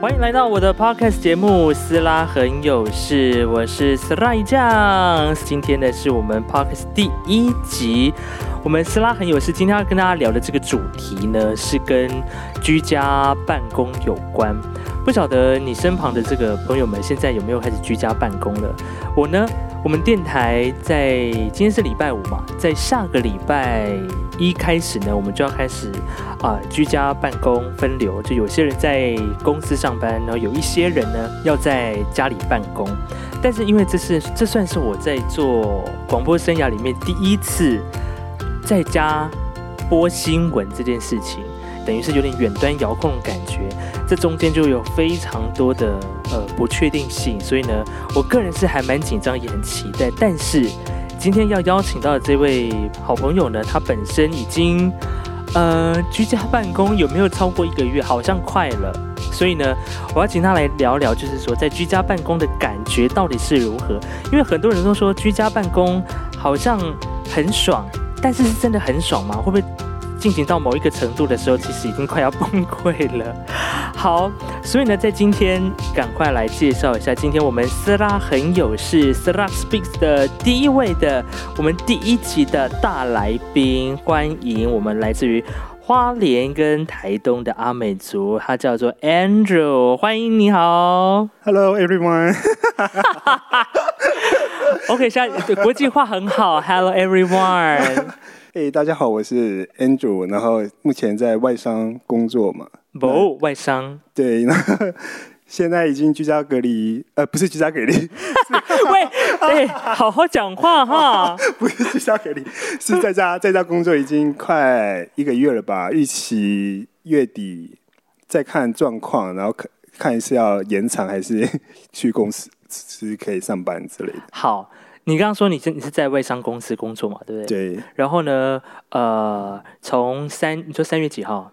欢迎来到我的 podcast 节目《斯拉很有事》，我是斯拉一酱。今天呢是我们 podcast 第一集，我们斯拉很有事。今天要跟大家聊的这个主题呢，是跟居家办公有关。不晓得你身旁的这个朋友们现在有没有开始居家办公了？我呢，我们电台在今天是礼拜五嘛，在下个礼拜一开始呢，我们就要开始啊、居家办公分流，就有些人在公司上班，然后有一些人呢要在家里办公。但是因为这是这算是我在做广播生涯里面第一次在家播新闻这件事情，等于是有点远端遥控的感觉。这中间就有非常多的呃不确定性，所以呢，我个人是还蛮紧张，也很期待。但是今天要邀请到的这位好朋友呢，他本身已经呃居家办公有没有超过一个月？好像快了。所以呢，我要请他来聊聊，就是说在居家办公的感觉到底是如何？因为很多人都说居家办公好像很爽，但是是真的很爽吗？会不会进行到某一个程度的时候，其实已经快要崩溃了？好，所以呢，在今天赶快来介绍一下，今天我们斯拉很有事斯拉 Speaks 的第一位的我们第一集的大来宾，欢迎我们来自于花莲跟台东的阿美族，他叫做 Andrew，欢迎你好。 Hello everyone， OK，现在对国际化很好，Hello everyone。嘿、大家好，我是 Andrew，然后目前在外商工作嘛，不，外商，对，然后 现在已经居家隔离，呃，不是居家隔离， 喂，哎、好好讲话哈。不是居家隔离， 是在家在家工作已经快一个月了吧，预期月底再看状况，然后看看是要延长还是 去公司是可以上班之类的，好，你刚刚说你是你是在外商公司工作嘛，对不对？对，然后呢，呃，从三你说三月几号？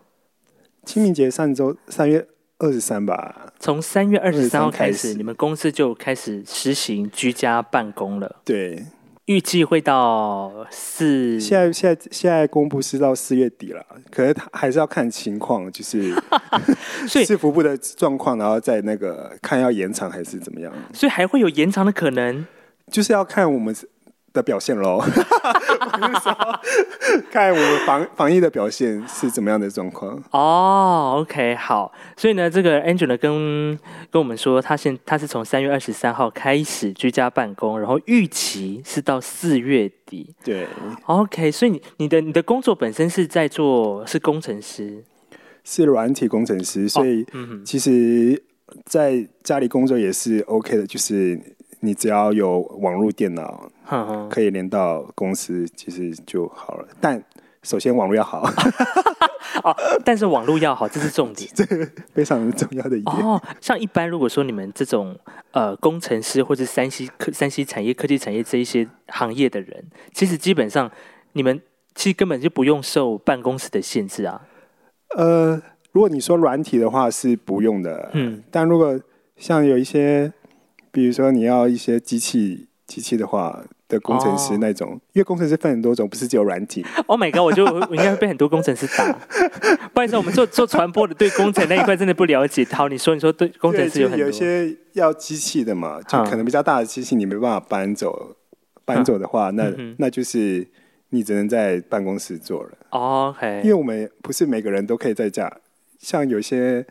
清明节上周三月二十三吧，从三月二十三号23开开始，始你们公司就开始实行居家办公了，对，预计会到四。现在现在现在公布是到四月底了，可是他还是要看情况，就是 所以市服部的状况，然后再那个看要延长还是怎么样，所以还会有延长的可能。就是要看我们的表现 喽。我是说，看我们防防疫的表现是怎么样的状况。哦、o k 好，所以呢，这个 Angel 呢跟跟我们说，他现他是从三月二十三号开始居家办公，然后预期是到四月底。对， OK，所以你你的你的工作本身是在做是工程师，是软体工程师，所以嗯哼，其实在家里工作也是 OK 的，就是你只要有网络电脑，哼哼可以连到公司，其实就好了。但首先网络要啊好，但是网络要好，这是重点。 非常重要的一点。哦，像一般如果说你们这种呃工程师或者山西科山西产业科技产业这一些行业的人，其实基本上你们其实根本就不用受办公室的限制啊。呃，如果你说软体的话是不用的，嗯，但如果像有一些，比如说你要一些机器机器的话的工程师哦那种，因为工程师分很多种，不是只有软体。 Oh my god！我就我应该会被很多工程师 打。不好意思，我们做做传播的对工程那一块真的不了解。好，你说你说对工程对，师就有是很有多一些要机器的嘛，就嗯可能比较大的机器你没办法搬走，搬走的话，那嗯哼那就是你只能在办公室做了。哦因 OK，为我们不是每个人都可以在家，像有些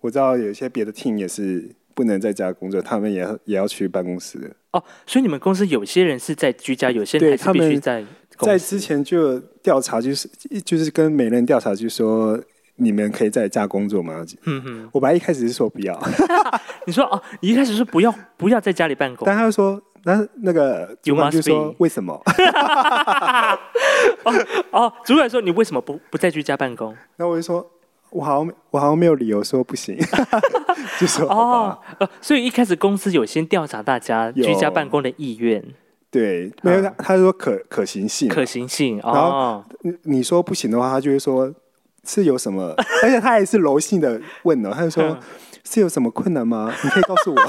我知道有些别的 team 也是不能在家工作，他们也要也要去办公室的。哦，所以你们公司有些人是在居家，有些人对还是他必须们在公在司之前就有调查，就是就是跟每人调查，就说你们可以在家工作吗？嗯哼，我本来一开始是 说不要，你说哦，你一开始说不要不要在家里办公但他就说，那那个 You 主管 must 就说 be 为 什么？哦，主管说你为什么不不在居家办公？那我就说，我好像没我好像没有理由说不行， 就说好吧哦，呃，所以一开始公司有先调查大家有居家办公的意愿、对，没有嗯他他说可可行性嘛，可行性然哦。你你说不行的话，他就会说是有 什么，而且他还是柔性的问哦呢，他就说嗯是有什么困难吗？你可以告 诉我。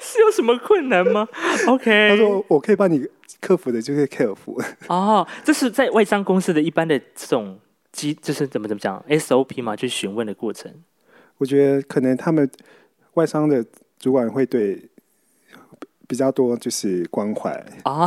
是有什么困难 吗？OK，他说我可以帮你克服的，就是克服。 哦，这是在外商公司的一般的这种机，就是怎么怎么讲 SOP 嘛，去询问的过程。我觉得可能他们外商的主管会对比较多就是关怀，啊，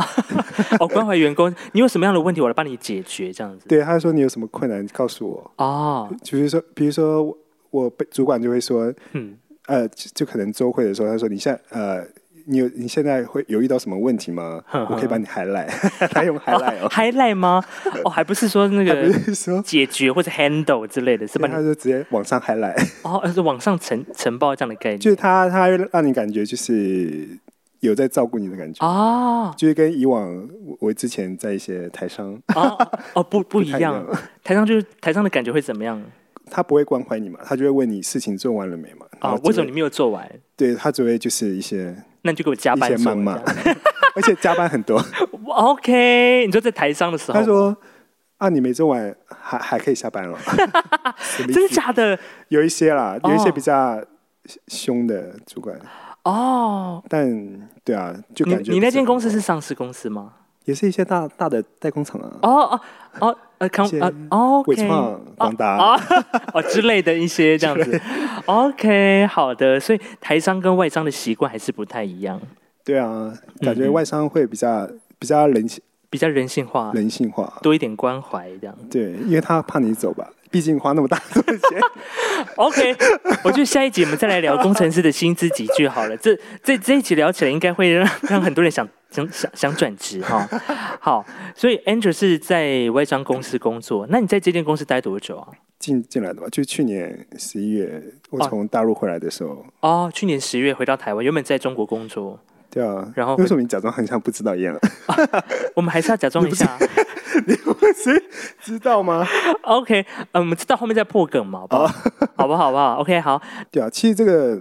哦， 关怀员工，你有什么样的问题，我来帮你解决，这样子。，对他说你有什么困难告诉我，哦，就是说比如说我我被主管就会说，嗯，呃，就就可能周会的时候他说你现在呃。你有你现在会有遇到什么问题吗？哼哼我可以帮你 highlight，他 用 highlight 哦，还赖吗？哦，还不是说那他个不是说，解决或者 handle 之类的，是吧？他就直接往上 highlight， 哦，而是往上呈呈报这样的概念。就是他他会让你感觉就是有在照顾你的感觉，哦就是跟以往我我之前在一些台商， 哦哦，不不一太一样，台上就是台上的感觉会怎么样他不会关怀你嘛，他就会问你事情做完了没嘛，啊然后？为只什么会你没有做完？对他只会就是一些，那你就给我加班一些做谩骂这样 而且加班很 多，哇 OK，你说在台上的时候，他说啊你没做完还还可以下班了， 什么意真的思假的？有一些啦，哦有一些比较凶的主管，哦，但对啊，就你感觉你不那是间很公司好是上市公司吗？也是一些大大的代工厂啊，哦哦哦，呃，康一些呃，OK，伟创、广达。啊 哦之类的一些这样 子，OK，好的，所以台商跟外商的习惯还是不太一样，对啊，感觉嗯嗯外商会比较比较人性比较人性化，人性化，多一点关怀这样。对，因为他怕你走吧，毕竟花那么大的 钱。 OK，我觉得下一集我们再来聊工程师的薪资集聚好了。这这这一集聊起来，应该会让让很多人想想想想转职哈。好，所以 Andrew 是在外商公司工作，那你在这间公司待多久啊？进进来的吧，就去年十一月我哦从大陆回来的时候，哦，去年十月回到台湾，原本在中国工作，对啊，然后为什么你假装很像不知道一样？ 我们还是要假装一下。谁知道吗？ OK，嗯，我们知道后面再破梗嘛，好不哦好？好不好？好不好？OK，好，对啊，其实这个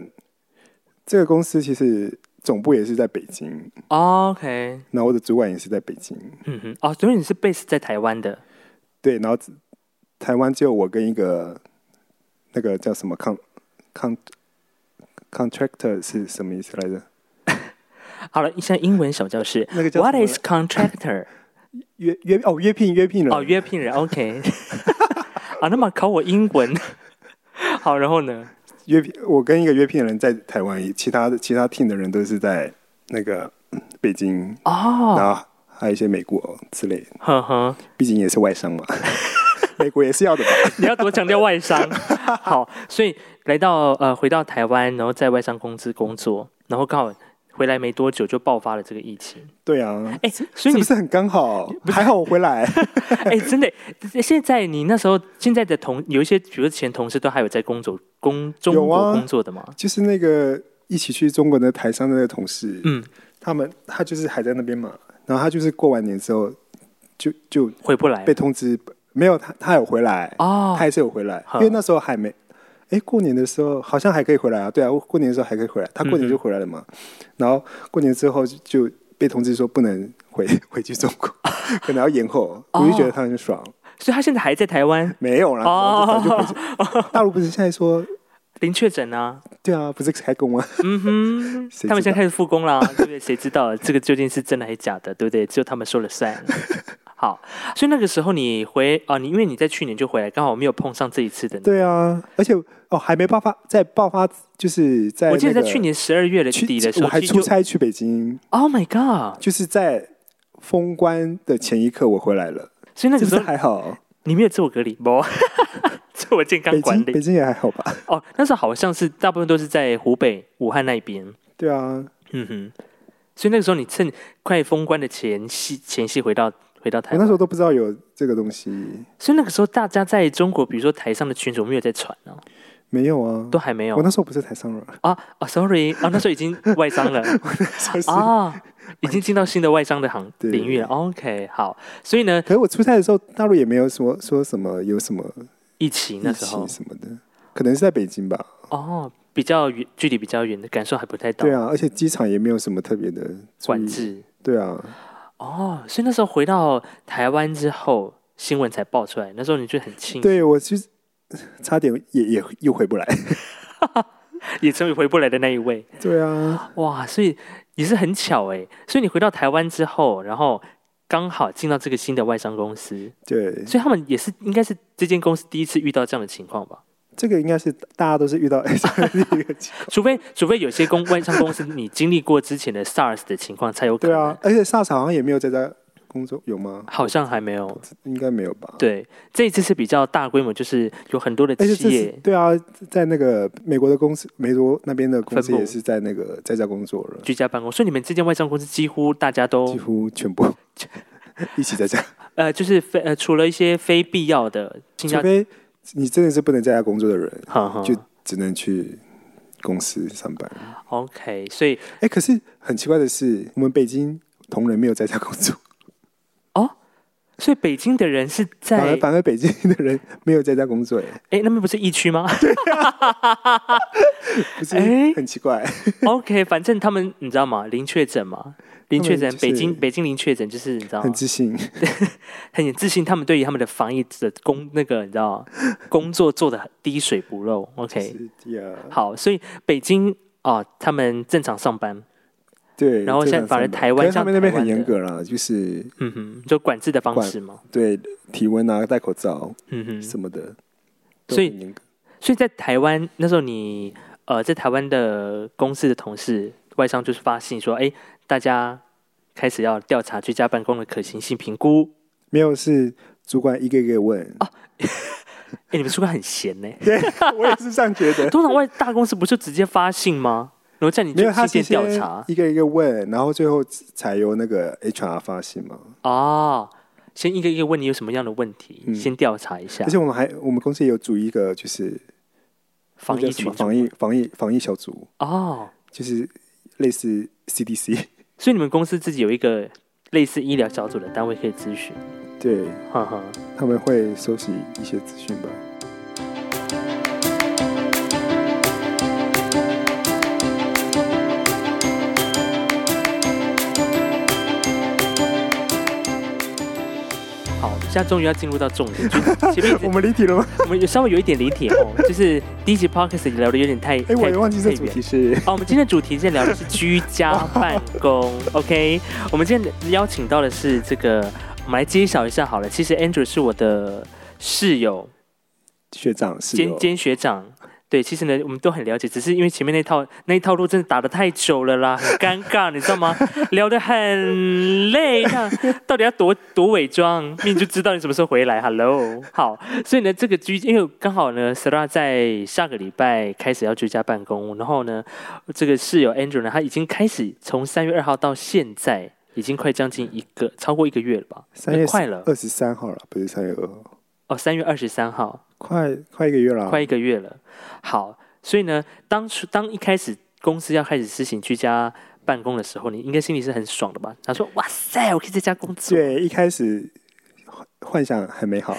这个公司其实总部也是在北京， OK，然后我的主管也是在北京，嗯哼，哦，所以你是 base 在台湾的对，然后只台湾只有我跟一个那个叫什么 con con contractor 是什么意思来着？好了，现在英文小教室那个叫，What 什么 is contractor？约约哦约聘约聘人哦，约聘人，OK，啊，那么考我英文， 好，然后呢？约聘，我跟一个约聘人在台湾，其他的其他 team 的人都是在那个嗯北京，哦，然后还有一些美国之类的，呵呵，毕竟也是 外商嘛，美国也是要的吧？你要多强调外 商。好，所以来到呃，回到台湾，然后在外商公司工作，然后刚好回来没多久就爆发了这个疫情。对啊，哎，所以是你不是很刚好？还好我回来，哎、真的，现在你那时候现在的同有一些，比如前同事都还有在工作工中有国啊工作的吗？就是那个一起去中国的台商的那个同事，嗯，他们他就是还在那边嘛，然后他就是过完年之后就就回不来被通知没有他他有回来，哦他，也是有回来，好因为那时候还没，哎，过年的时候好像还可以回来啊，对啊，过年的时候还可以回来，他过嗯年就回来了嘛，然后过年之后就就被通知说不能回 回去中 国，可能要延后，我就觉得他很爽，所以他现在还在台 湾没有啦，哦然后就啊 早就回去，大陆不是现在说，零确诊啊，对啊，不是开工吗？嗯哼，谁他们知现在道开始复工啦，对不对？谁知道这个究竟是真的还是假的，对不对？只有他们说了 算。好，所以那个时候你回啊、你因为你在去年就回来，刚好没有碰上这一次的。对啊，而且哦还没爆发，在爆发就是在、那我记得在个去年十二月的去底的时候，我还其实出就差去北京， Oh my god！就是在封关的前一刻我回来了，所以那是个时不是候还好？你没有自我隔离，不，自我健康北管京理北。京也还好吧？ 哦，那时候好像是大部分都是在湖北武汉那边，对啊，嗯哼，所以那个时候你趁快封关的前夕前夕回到回到台我湾，那时候都不知道有这个东西，所以那个时候大家在中国，比如说台上的群组没有在传哦，没有啊。都还没有我那时候不是台 商人， 啊啊，sorry 啊，那时候已经外商了就是 啊，已经进到新的外商的行对领域了。OK，好，所以呢，可是我出差的时候，大陆也没有说说什么有什么疫情疫那时候情什么的，可能是在北京吧。哦，比较远，距离比较远的感受还不太到，对啊，而且机场也没有什么特别的注意管。制对啊，哦，所以那时候回到台湾之后，新闻才爆出来，那时候你就很庆幸对我其实差点也也又回不来。也成为回不来的那一位。对啊，哇，所以也是很巧哎。所以你回到台湾之后，然后刚好进到这个新的外商公司， 对，所以他们也是应该是这间公司第一次遇到这样的情况吧？这个应该是大家都是遇到 SARS 的情况。除非除非有些公外商公司你经历过之前的 SARS 的情况才有可对能，啊，而且 SARS 好像也没有在家工作，有吗？好像还没有。应该没有吧？对，这一次是比较大规模，就是有很多的而且这企是业对啊，在那个美国的公司，美国那边的公司分布也是在那个在家工作了，居家办公，所以你们这间外商公司几乎大家几都乎全部 一起在家，呃，就是非呃除了一些非必要的，尽除量非你真的是不能在家工作的人，哈哈就只能去公司上班。 OK，所以哎、可是很奇怪的是，我们北京同仁没有在家工作，所以北京的人是反而在反而北京的人没有在家工作、哎，哎那边不是疫区吗 不是、哎很奇怪？ ？OK，反正他们你知道吗？零确诊嘛，零确诊，他们就是北京北京零确诊就是你知道很吗？自信，很有自信，他们对于他们的防疫的工那个你知道吗工作做的滴水不漏。OK，是呀，好，所以北京啊、他们正常上班，对。然后现在正常反而上班台湾可是他像们那边台湾很的严格啦，就是嗯哼，就管制的方管式嘛，对体温啊、戴口罩嗯哼，什么的，都所以很严格所以在台湾那时候你，呃在台湾的公司的同事外商就是发信说，哎，大家开始要调查居家办公的可行性评估。没有是主管一个一个问，哦哎，你们主管很闲呢、 对我也是这样觉得。通常外大公司不就直接发信吗？然后叫你没去有，他进是行调先查一个一个问，然后最后才由那个 HR 发信嘛。哦，先一个一个问你有什么样的问题，嗯先调查一下而。且我们还我们公司也有组一个就是防那疫叫什么群防疫防疫防疫小组，哦，就是类似 CDC，所以你们公司自己有一个类似医疗小组的单位可以咨询，对哈哈。他们会收集一些资讯吧。好，现在终于要进入到重点，就前面一直我们离题了吗？我们有稍微有一点离 题哦，就是第一集 podcast 聊的有点太，哎、我太也忘记这太主远题是哦，我们今天的主题在聊的是居家办公 ，OK？我们今天邀请到的是这个，我们来揭晓一下好了。其实 Andrew 是我的室友学长是兼有兼学长。对，其实呢，我们都很了解，只是因为前面那套那一套路真的打得太久了啦，很尴尬， 你知道吗？聊得很累，那到底要多多伪装？命就知道你什么时候回来。Hello，好，所以呢，这个居，因为刚好呢，Sara 在下个礼拜开始要居家办公，然后呢，这个室友 Andrew 呢，他已经开始从三月二号到现在，已经快将近一个超过一个月了吧？三月快了二十三号了，不是三月二号，哦，三月二十三号，快快一个月了，快一个月了。好，所以呢，当初当一开始公司要开始实行居家办公的时候，你应该心里是很爽的吧？他说：“哇塞，我可以在家工作。对，一开始幻幻想很 美好，”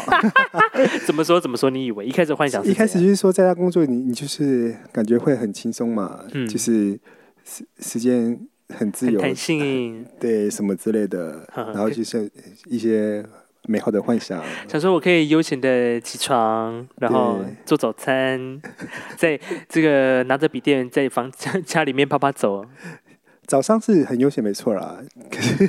怎么说？怎么说？你以为一开始幻想是一开始怎样就是说在家工作你，你就是感觉会很轻松嘛，嗯就是时时间很自很由，弹性，对什么之类的，呵呵然后就是一些美好的幻想，想说我可以悠闲的起床，然后对做早餐， 在这个拿着笔电在房 家家里面啪啪走。早上是很悠闲，没错啦。 可是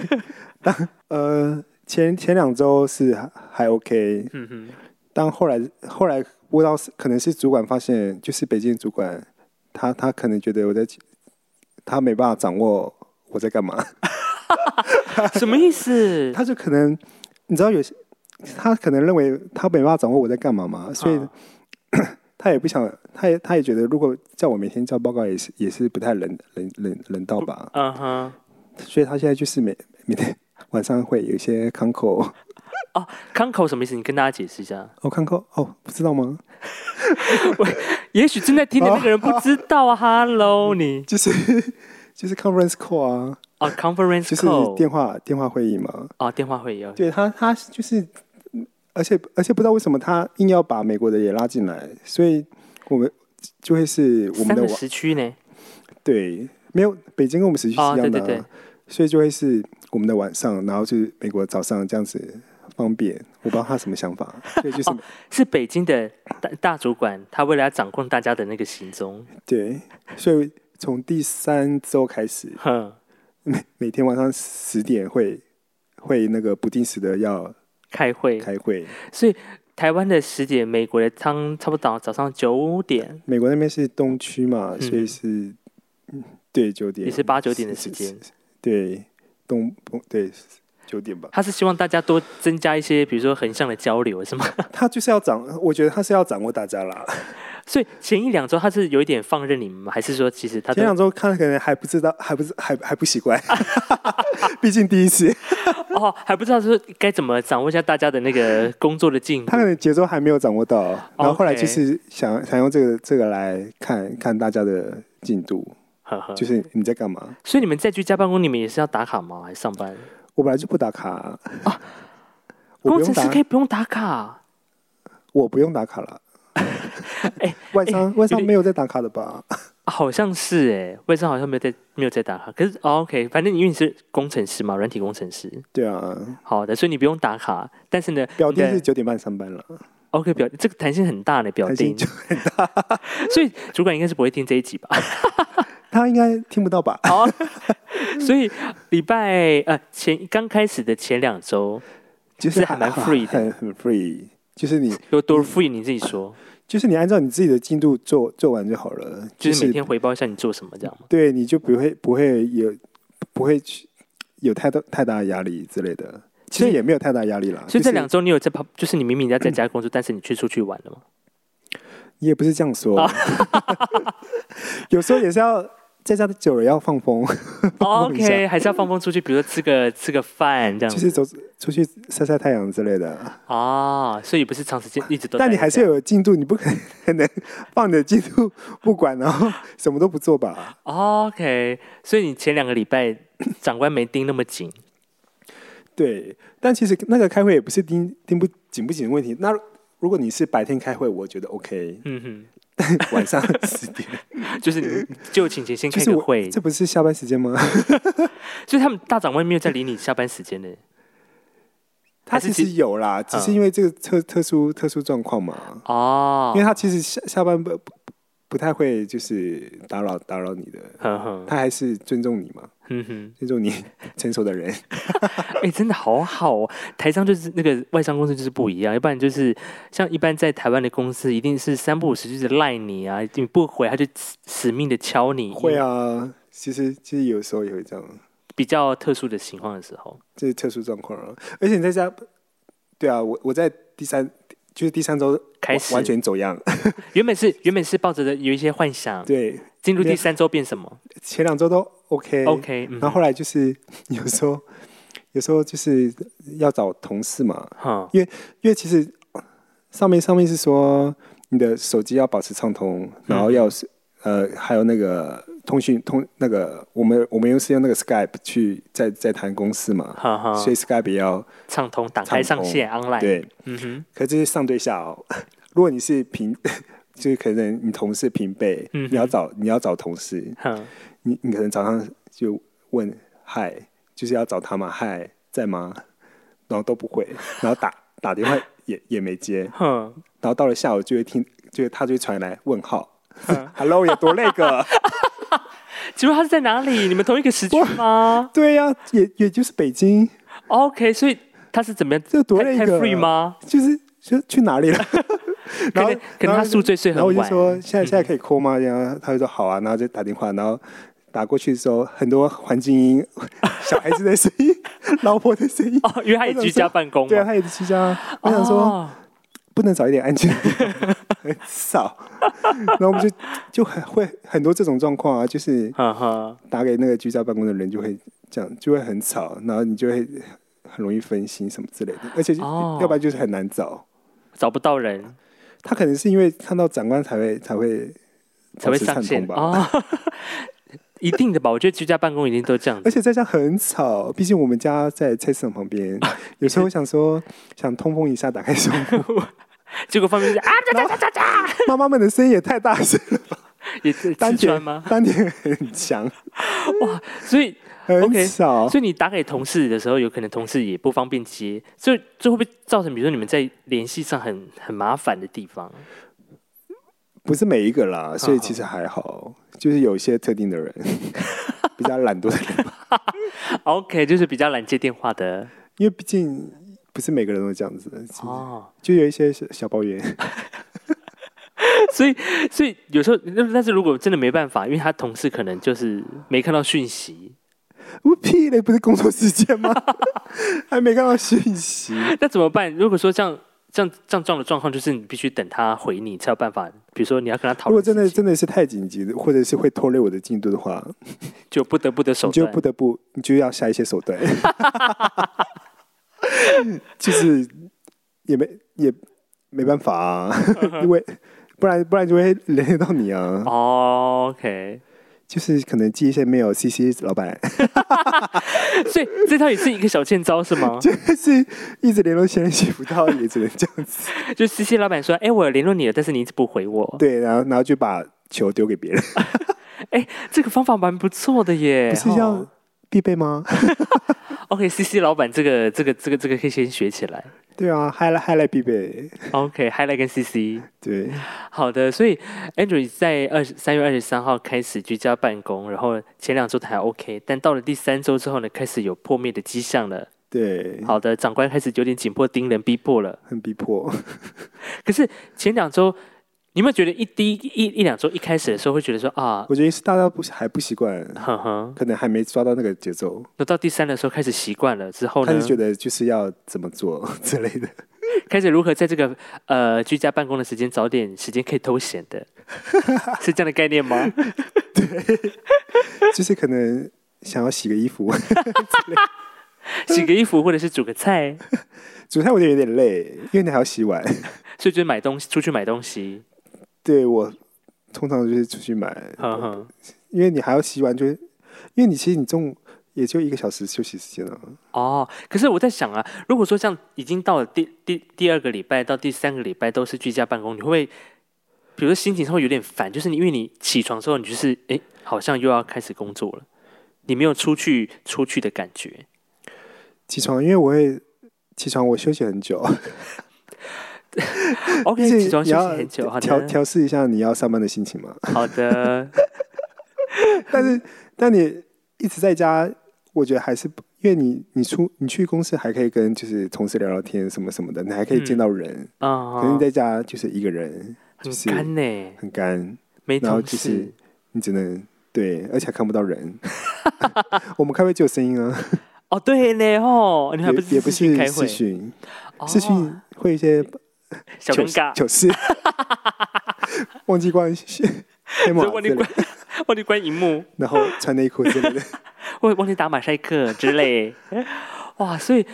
当呃前前两周是还还 OK，嗯哼，但后来后来不知道是可能是主管发现，就是北京主管，他他可能觉得我在，他没办法掌握我在干嘛，什么意 思？他就可能你知道有些他可能认为他没办法掌握我在干嘛嘛，所以啊 他也不想，他也他也觉得如果叫我每天交报告也是也是不太人人人人道吧，嗯哼，所以他现在就是每每天晚上会有一些康 口。康口什么意思？你跟大家解释一下。我看过哦，不知道吗？也许正在听的那个人不知 道啊。Hello，你就是 就是 conference call 啊，哦，conference 就是 call，电话电话会议嘛。哦，电话会议哦，对他，他就是，而且而且不知道为什么他硬要把美国的也拉进来，所以我们就会是我三们个的网时区呢？对没有北京跟我们时区是哦一样的、啊对对对所以就会是我们的晚上，然后就是美国早上这样子方便。我不知道他什么想法，所以就是、是北京的大大主管，他为了要掌控大家的那个行踪，对，所以从第三周开始，哼，每每天晚上十点会会那个不定时的要开会。开会，所以台湾的十点，美国的汤差不多早上九点，美国那边是东区嘛，嗯所以是嗯对九点也是八九点的时间。对东对九点吧。他是希望大家多增加一些，比如说横向的交流，是吗？ 他就是要掌，我觉得他是要掌握大家啦。所以前一两周他是有一点放任你们吗？还是说其实他前都两周看可能还不知道，还不是还还不习惯， 毕竟第一次，哦还不知道说该怎么掌握一下大家的那个工作的进他度可？能节奏还没有掌握到。然后后来就是想想用这个这个来看看大家的进度，呵呵就。是你在干嘛？所以你们在居家办公，你们也是要打卡吗？还是上班？我本来就不打卡啊，哦工我不用程打师可以不用打卡，啊我不用打卡了。 哎晚上晚上有点没有在打卡的吧？啊好像是哎，卫生好像没有在没有在打卡。可是、哦、OK，反正因为你是工程师嘛，软体工程师，对啊，好的，所以你不用打卡。但是呢，表弟你的是九点半上班了， OK 表这个弹性很大呢，表弹弟性就 所以主管应该是不会听这一集吧？ 他应该听不到吧？ 好，所以礼拜呃前刚开始的前两周就是是还蛮 free 的很很 free，就是你有多 free，你自己啊说，就是你按照你自己的进度做做完就好了，就是每天回报一下你做什么这样吗？对你就不会不会有不会去有太多太大的压力之类的，其所实以也没有太大压力啦。所以啊就是这两周你有在跑，就是你明明在在家工作，但是你却出去玩了吗？你也不是这样哦说， 有时候也是要在家久了要放风，哦 放一下 OK，还是要放风出去，比如说吃个吃个饭这样就是子走出去晒晒太阳之类的。啊、哦，所以也不是长时间一直都待在家。但你还是要有进度，你不可能放你的进度不管，然后什么都不做吧？ OK，所以你前两个礼拜 长官没盯那么 紧，对，但其实那个开会也不是盯盯不紧不紧的问题。那如果你是白天开会，我觉得 OK，嗯晚上十 点。哼，就是你就请前先就开是个我会，这不是下班时间吗？所以他们大长官没有在理你下班时间的。还他是其其嗯实有啦，只是因为这个特特殊特殊状况嘛，哦 因，为他其实下下班不不不太会就是打扰打扰你的，呵呵，他还是尊重你嘛， 嗯哼。尊重你成熟的人。哎、真的好好哦！台商就是那个外商公司就是不一样，要不然就是像一般在台湾的公司，一定是三不五时就是赖你啊，你不回他就死死命的敲你。会，啊，其实其实有时候也会这样，比较特殊的情况的时候，这是特殊状况啊。而且你在家，对啊，我我在第三就是第三周开完始完全走样， 原本是原本是抱着的有一些幻想，对，进入第三周变什么前两周都 OK ？OK，嗯然后后来就是有时候有时候就是要找同事嘛，哼，因为其实上面上面是说你的手机要保持畅通，嗯然后要是、呃还有那个通讯通那个我们我们又是用那个 Skype 去在在谈公司嘛，哈哈，所以 Skype 也要畅通打开畅上通线 online，对，嗯哼，可这是上对下哦。 如果你是平， 就是可能你同事平辈，嗯哼你要找你要找同事，哼，你你可能早上就问嗨，就是要找他嘛，嗨在吗？然后都不会，然后打打电话也也没接，哼，然后到了下午就会听， 就他就会传来问号嗯 ，Hello 有多累 个？请问他是在哪里？你们同一个时区吗哦对呀、也也就是北京， ？OK，所以他是怎么样？这多太累太个 free 吗？就是就去哪里了？ 可然后能可能他宿醉睡然后我很就晚，嗯说现在现在可以 call 吗？然后他就说好啊，然后就打电话，然后打过去的时候很多环境音， 小孩子的声音， 老婆的声音，哦，因为他也居家办公嘛。对啊，他也是居家。我想说哦不能早一点 安静，很少。然后我们就就很会很多这种状况啊，就是呵呵，打给那个居家办公的人就会这样，就会很吵，然后你就会很容易分心什么之类的，而且就哦要不然就是很难找。找不到人他可能是因为看到长官才会才会才会保持上畅线通吧。哦， 一定的吧？我觉得居家办公一定都这样子。而 且在家很吵，毕竟我们家在菜市场旁 边。有时候想说想通风一下，打开窗户，结果方面是啊，喳喳喳喳喳，妈妈们的声音也太大声了，也是丹 吃田穿吗？丹田很强，所以很 OK，吵。所以你打给同事的时候，有可能同事也不方便接，所以这会不会造成，比如说你们在联系上很很麻烦的地方？不是每一个啦，所以其实还好，就是有一些特定的 人比较懒惰的人， OK，就是比较懒接电话的，因为毕竟不是每个人都这样子，的，哦，就有一些小小抱怨。 所以所以有时候，那但是如果真的没办法，因为他同事可能就是没看到讯息， 我屁嘞，不是工作时间吗？ 还没看到讯息，那怎么办？如果说这样这样这样这样的状况，就是你必须等他回你才有办法。比如说你要跟他讨如果论，真的真的是太紧急的，或者是会拖累我的进度的话，就不得不的手你就段，不得不你就要下一些手段， 就是也没也没办法啊， 因为不然不然就会连累到你啊，哦，OK，就是可能记一些没有 CC 老板， 所以这套也是一个小欠招是吗？ 就是一直联络先人写不到，也只能这样子。就 CC 老板说，哎、我有联络你了，但是你一直不回我，对，然后然后就把球丢给别人，这个方法蛮不错的耶。不是要哦必备吗？ OK，CC 老板这个这个这个这个可以先学起来。 对啊，嗨了嗨了必备， OK，Highlight、跟 CC。对，好的，所以 Andrew 在二十三月二十三号开始居家办公，然后前两周都还 OK，但到了第三周之后呢，开始有破灭的迹象了。对，好的，长官开始有点紧迫盯人逼迫了。很逼迫。可是前两周，你有没有觉得一第一一一两周一开始的时候会觉得说啊，我觉得是大家不还不习惯，哼哼，可能还没抓到那个节奏，哦那到第三的时候开始习惯了之后他呢就，觉得就是要怎么做 之类的。开始如何在这个呃居家办公的时间找点时间可以偷闲的， 是这样的概念吗？就是可能想要洗个衣服， 洗个衣服或者是煮个菜，煮菜我觉得有点累，因为你还要洗碗。所以就是买东西出去买东西，对我通常就是出去买，哼哼。因为你还要洗碗，就是因为你其实你中午也就一个小时休息时间了、哦，可是我在想啊，如果说像已经到了第第第二个礼拜到第三个礼拜都是居家办公，你会不会，比如说心情上会有点烦，就是你因为你起床之后，你就是哎，诶好像又要开始工作了，你没有出去出去的感觉。起床，因为我会起床，我休息很久， OK，毕竟起床你休息要很久，好调的，调试一下你要上班的心情嘛。好 的，但是，但你一直在家，我觉得还是不因为你你出你去公司还可以跟就是同事聊聊天什么什么的，你还可以见到人。啊、可能你在家就是一个人，很就是干呢，很干，没然后同就是事你只能对，而且还看不到 人。我们开会只有声音啊，哦，对呢哦，你还不也也不视讯是开视会，讯，哦视讯会一些小糗尴尬，糗事， 忘记关系，黑马所以忘记之类关 忘记关荧幕。然后穿内裤之类的。 会忘记打马赛克之 类，哇，所以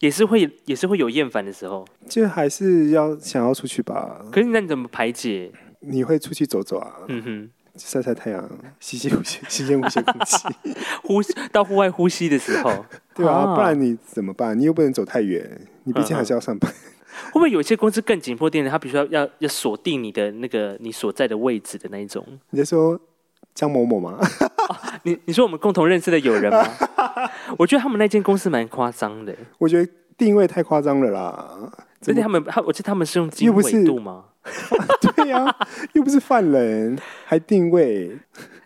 也是会也是会有厌烦的时候。就还是要想要出去吧，可是那你怎么排解？你会出去走走啊，嗯晒晒太阳，吸吸呼吸 新鲜呼吸空 气，，哼，呼吸到户外呼吸的时候对啊，啊不然你怎么办？你又不能走太远，你毕竟还是要上班。会不会有一些公司更紧迫点？他比如说要要锁定你的那个你所在的位置的那一种。你在说张某某吗？ 你你说我们共同认识的友人吗？我觉得他们那间公司蛮夸张的，我觉得定位太夸张了啦， 而怎且么他们他我记得他们是用经又不是纬度吗？对呀、又不是犯人，还定位，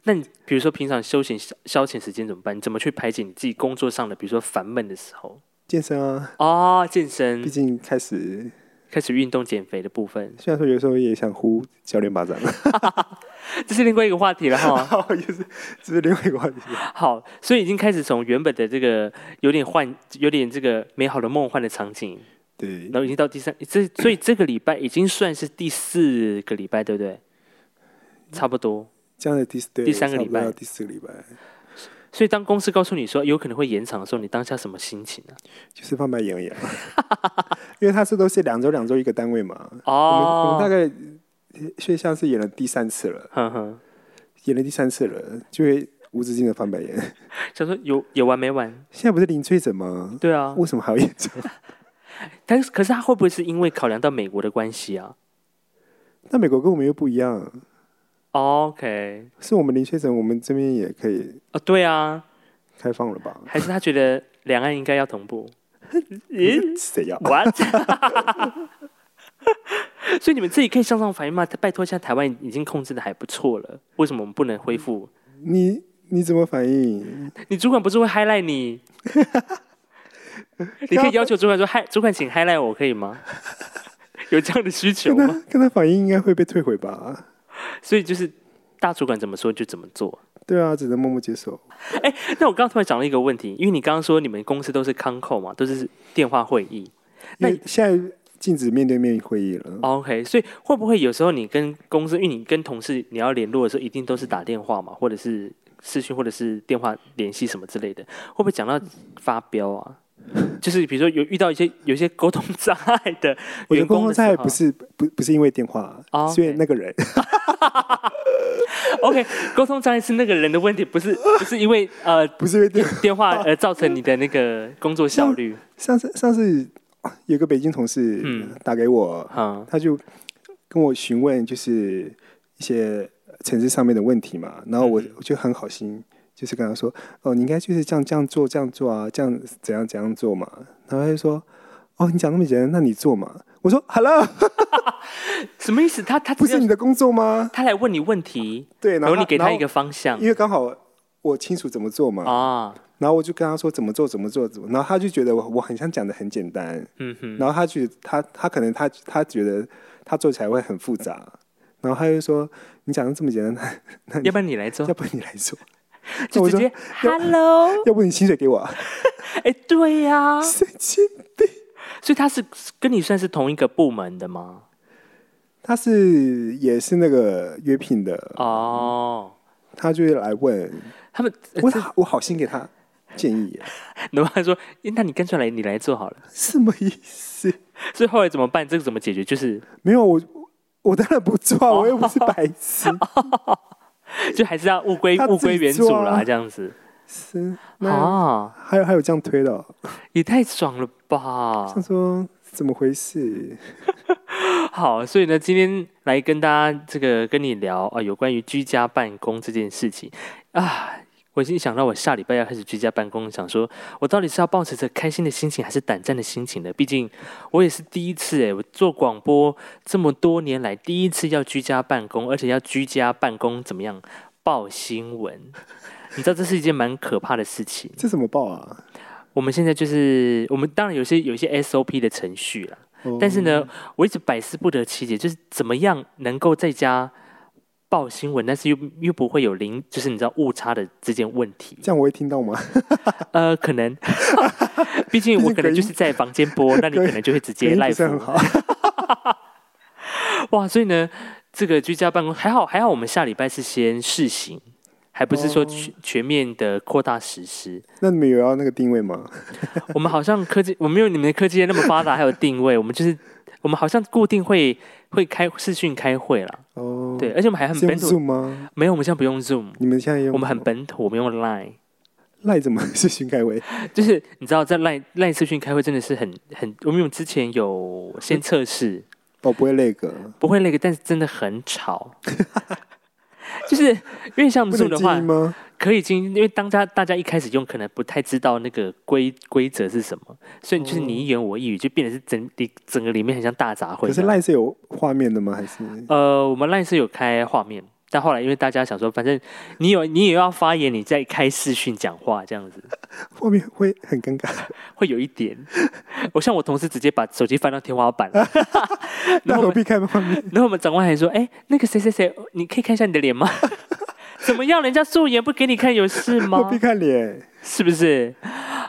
那你比如说平常休闲消消遣时间怎么办？你怎么去排解你自己工作上的，比如说烦闷的时候？健身啊，哦，健身毕，竟开始。开始运动减肥的部分， 虽然说有时候也想呼教练巴 掌，这是另外一个话题了 哈。哦也是，这是另外一个话题。好，所以已经开始从原本的这个有点幻、有点这个美好的梦幻的场景，对然，后已经到第三，这所以这个礼拜已经算是第四个礼拜，对不对？差不多。这样的第对第三个差不多礼拜到第四个礼拜，所以当公司告诉你说有可能会延长的时候，你当下什么心情啊呢、就是贩卖营养， 因为他这都是两周两周一个单位嘛。我们我们大哦，概所以像是演了第三次了，哼哼，演了第三次了，就会无止境的翻白眼。 想说有有完没完？现在不是零确诊吗？对啊，为什么还要演这个？但是可是他会不会是因为考量到美国的关系啊那美国跟我们又不一样，哦？OK，是我们零确诊，我们这边也可以哦，对啊，开放了吧？还是他觉得两岸应该要同步？咦、谁要？ What？所以你们自己可以向上反映吗？拜托，现在台湾已经控制的还不错了，为什么我们不能恢复？你你怎么反应？你主管不是会 highlight 你？你可以要求主管说：“嗨，主管，请 highlight 我可以吗？”有这样的需求跟吗？他跟他反应应该会被退回吧？所以就是大主管怎么说就怎么做。对啊，只能默默接受。那我刚刚突然想到一个问题，因为你刚刚说你们公司都是 con call 嘛，都是电话会议。因那为现在禁止面对面会议了， OK，所以会不会有时候你跟公司，因为你跟同事你要联络的时候，一定都是打电话嘛，或者是视讯，或者是电话联系什么之类的，会不会讲到发飙啊？就是比如说有遇到一些有一些沟通障碍的我的员工公共的时在候，不是不不是因为电话，哦是因为 OK 那个人 OK，沟通障碍是那个人的问题，不是不是因为呃 不是因为电话。电话而造成你的那个工作效率。上次上次有个北京同事嗯打给我，嗯他就跟我询问就是一些城市上面的问题嘛，然后我嗯我就很好心，就是跟他说，哦，你应该就是这样这样做这样做啊，这样怎样怎样做嘛，然后他就说，哦，你讲那么简单，那你做嘛。我说好了，什么意思？他他不只要是你的工作吗？他来问你问题，对，然然后后你给他一个然方向后因为刚好我清楚怎么做嘛，啊，然后我就跟他说怎么做怎么做怎么，然后他就觉得我我很像讲的很简单，嗯哼，然后他觉得他他可能他他觉得他做起来会很复杂，然后他就说你讲的这么简单，那要你不然你来做要，不然你来做，那嗯 就我直说接 Hello，要不你薪水给我 啊，哎，对呀，神经病。 所以他是跟你算是同一个部门的吗？他是也是那个约聘的，哦，他就是来问他们我好我好心给他建议， 然后他说，诶那你干脆来你来做好了。 什么意思？所以后来怎么办？这个怎么解决？就是 没有我我当然不做啊，哦我又不是白 痴，就还是要物归他自己物归原主做啦，啊这样子是那啊。还有还有这样推的哦、也太爽了吧他！说怎么回事？好，所以呢，今天来跟大家这个跟你聊啊、有关于居家办公这件事情啊。我已经想到我下礼拜要开始居家办公，想说我到底是要抱持着开心的心情，还是胆战的心情呢？毕竟我也是第一次诶，我做广播这么多年来第一次要居家办公，而且要居家办公怎么样报新闻？你知道这是一件蛮可怕的事情。这怎么报啊？我们现在就是我们当然有些有一些 SOP 的程序啦，哦但是，呢，我一直百思不得其解，就是怎么样能够在家报新闻，但是又又不会有零，就是你知道误差的这件问题。这样我会听 到吗？呃，可能， 毕竟我可能毕竟隔音就是在房间播，那你可能就会直接隔音 赖不是很服。好。 哇，所以呢，这个居家办公还好，还好我们下礼拜是先试行，还不是说哦全全面的扩大实施。那你们有要那个定位吗？我们好像科技，我没有你们的科技业那么发达，还有定位，我们就是我们好像固定会会开视讯开会啦，哦，对，，而且我们还很是用本土 Zoom 吗？没有，我们现在不用 Zoom，你们现在用？我们很本土，我们用 Line。赖怎么 是新开位？就是你知道，在 Line Line 社群开会真的是很很，我们有之前有先测试，哦，不会那个，不会那个，但是真的很吵。 就是因为像不 Zoom 能的静话音，吗？可以进，因为当家大家一开始用，可能不太知道那个规规则是什么，所以就是你一言我一语，就变得是整里整个里面很像大杂烩。可是赖是有画面的吗？还是呃，我们 LINE 是有开画面，但后来因为大家想说，反正你有你也要发言，你再开视讯讲话这样子，画面会很尴 尬？会有一点。我像我同事直接把手机翻到天花板了，然那后我 何们必开画面？然后我们长官还说：“哎、那个谁谁谁，你可以看一下你的脸吗？ 怎么样？人家素颜不给你看有事 吗？”何必看脸？ 是不是？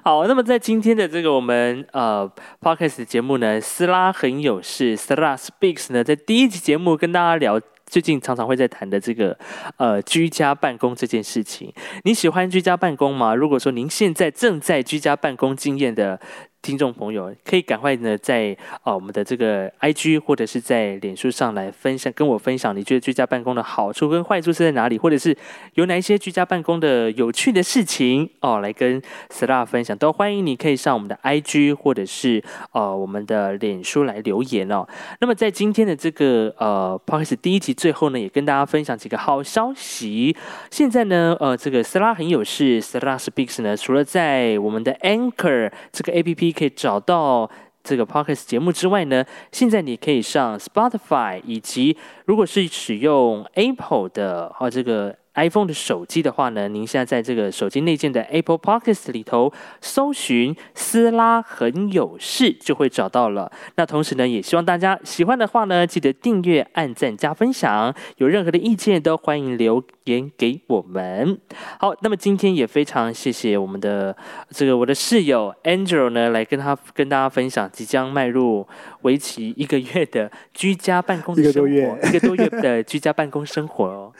好，那么在今天的这个我们呃 podcast 的节目呢，斯拉很有事 s l a Speaks 呢，在第一集节目跟大家聊。最近常常会在谈的这个，呃，居家办公这件事情，你喜欢居家办公吗？如果说您现在正在居家办公经验的听众朋友，可以赶快呢在啊、呃我们的这个 IG 或者是在脸书上来分享，跟我分享你觉得居家办公的好处跟坏处是在哪里，或者是有哪一些居家办公的有趣的事情哦，来跟 Star 分享，都欢迎你可以上我们的 IG 或者是呃我们的脸书来留言哦。那么在今天的这个呃 Podcast 第一集最后呢，也跟大家分享几个好消息。现在呢，呃，这个 Star 很有事，Star Speaks 呢，除了在我们的 Anchor 这个 APP 可以找到。这个 podcast 节目之外呢，现在你可以上 Spotify 以及如果是使用 Apple 的啊这个 iPhone 的手机的话呢，您现在在这个手机内建的 Apple Podcast 里头搜寻“斯拉很有事”就会找到了。那同时呢，也希望大家喜欢的话呢，记得订阅、按赞、加分享。有任何的意见都欢迎留言给我们。好，那么今天也非常谢谢我们的这个我的室友 Angel 呢，来跟他跟大家分享即将迈入为期一个月的居家办公的一个生多活，月一个多月的居家办公生活哦。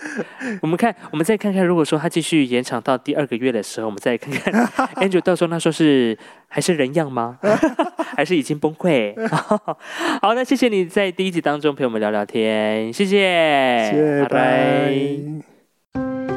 我们看，我们再看看，如果说他继续延长到第二个月的时候，我们再看看 Angel 到时候那时候是还是人样吗？ 还是已经崩溃？ 好，那谢谢你在第一集当中陪我们聊聊天，谢谢，谢谢，哎拜拜。拜。